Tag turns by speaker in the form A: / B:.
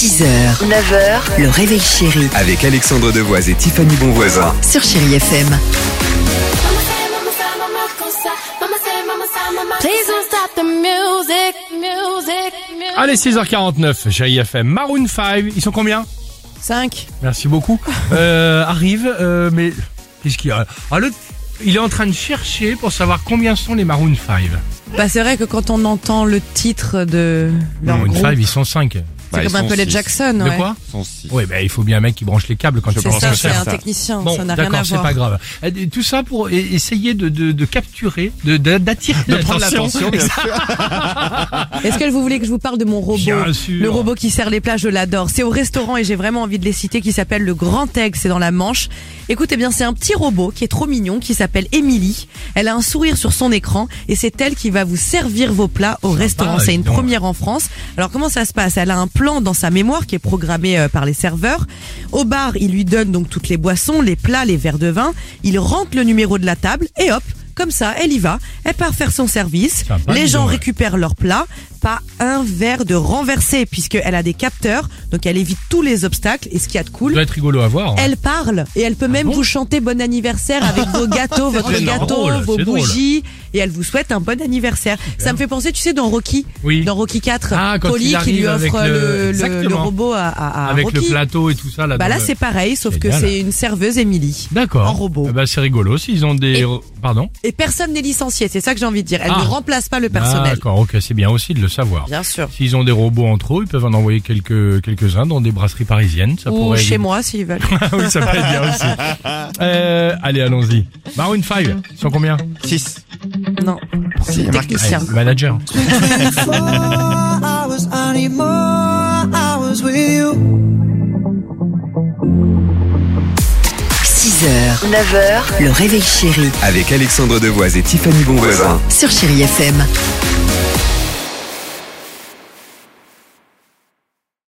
A: 6h, 9h, le réveil chéri
B: Avec Alexandre Devoise et Tiffany Bonvoisin.
A: sur Chérie FM.
C: Mama say, mama say, mama gon' stop. Mama say, mama say, mama. Please don't stop the music, music, music.
D: Allez, 6h49, chez IFM. Maroon 5, ils sont combien
E: 5.
D: Merci beaucoup. Euh, arrive, euh, mais qu'est-ce qu'il y a Ah, le- Il est en train de chercher pour savoir combien sont les Maroon 5.
E: Bah, c'est vrai que quand on entend le titre de leur
D: Maroon 5,
E: groupe,
D: Bah, ils sont 5.
E: c'est comme un peu les Jackson.
D: De
E: ouais.
D: quoi
F: Ils sont six.
D: Oui, ben il faut bien un mec qui branche les câbles quand tu
E: C'est
D: commences
E: ça,
D: à
E: c'est
D: faire.
E: un
F: ça.
E: technicien,
D: Bon,
E: ça n'a rien à
D: d'accord, c'est
E: voir.
D: pas grave. Euh, Tout ça pour e- essayer de, de, de capturer, de- de- d'attirer de,
F: prendre l'attention, bien
E: Est-ce que vous voulez que je vous parle de mon robot
D: Bien sûr.
E: Le robot qui sert les plages, je l'adore. C'est au restaurant et j'ai vraiment envie de les citer, qui s'appelle le Grand Egg, c'est dans la Manche. Écoutez bien, c'est un petit robot qui est trop mignon, qui s'appelle Émilie. Elle a un sourire sur son écran et c'est elle qui va vous servir vos plats au restaurant. C'est
D: dis
E: une
D: donc.
E: première en France. Alors comment ça se passe Elle a un plan dans sa mémoire qui est programmé euh, par les serveurs. Au bar, il lui donne donc toutes les boissons, les plats, les verres de vin. Il rentre le numéro de la table et hop comme ça, elle y va, elle part faire son service,
D: Sympa,
E: les
D: dis
E: gens
D: donc, ouais.
E: récupèrent leur plat, pas un verre de renversé, puisqu'elle a des capteurs, donc elle évite tous les obstacles, et ce qu'il y a de
D: Ça
E: cool,
D: doit être rigolo à voir. hein.
E: elle parle et elle peut même
D: Ah bon
E: vous chanter bon anniversaire avec vos gâteaux, votre
D: drôle.
E: gâteau,
D: Drôle,
E: vos
D: c'est drôle.
E: bougies et elle vous souhaite un bon anniversaire. Ça me fait penser, tu sais, dans Rocky,
D: Oui.
E: dans Rocky 4,
D: Ah, quand il
E: Polly qui
D: arrive
E: lui
D: avec
E: offre
D: le-
E: le, le- le
D: Exactement.
E: robot à, à- à
D: Avec
E: Rocky.
D: le plateau et tout ça. Là,
E: Bah
D: dans
E: là
D: le-
E: c'est pareil, sauf
D: Génial.
E: que c'est une serveuse Émilie.
D: D'accord.
E: En robot.
D: Eh ben, c'est rigolo. S'ils ont des.
E: Et-
D: Pardon
E: Et personne n'est licencié, c'est ça que j'ai envie de dire. Elle
D: Ah.
E: ne remplace pas le personnel.
D: D'accord, ok, c'est bien aussi de le savoir.
E: Bien sûr.
D: S'ils ont des robots en trop, ils peuvent en envoyer quelques, quelques-uns dans des brasseries parisiennes. Ça
E: Ou
D: pourrait Ah
E: chez moi s'ils veulent.
D: oui, ça pourrait être bien aussi. Euh, allez, allons-y. Maroon 5, ils sont combien
F: Six.
E: non.
F: Si, il y a marqué
E: Technicien.
D: Le Manager.
G: Chérie
A: 6h, 9h, le réveil chéri
B: Avec Alexandre Devoise et Tiffany Bonvoisin.
A: sur Chérie FM.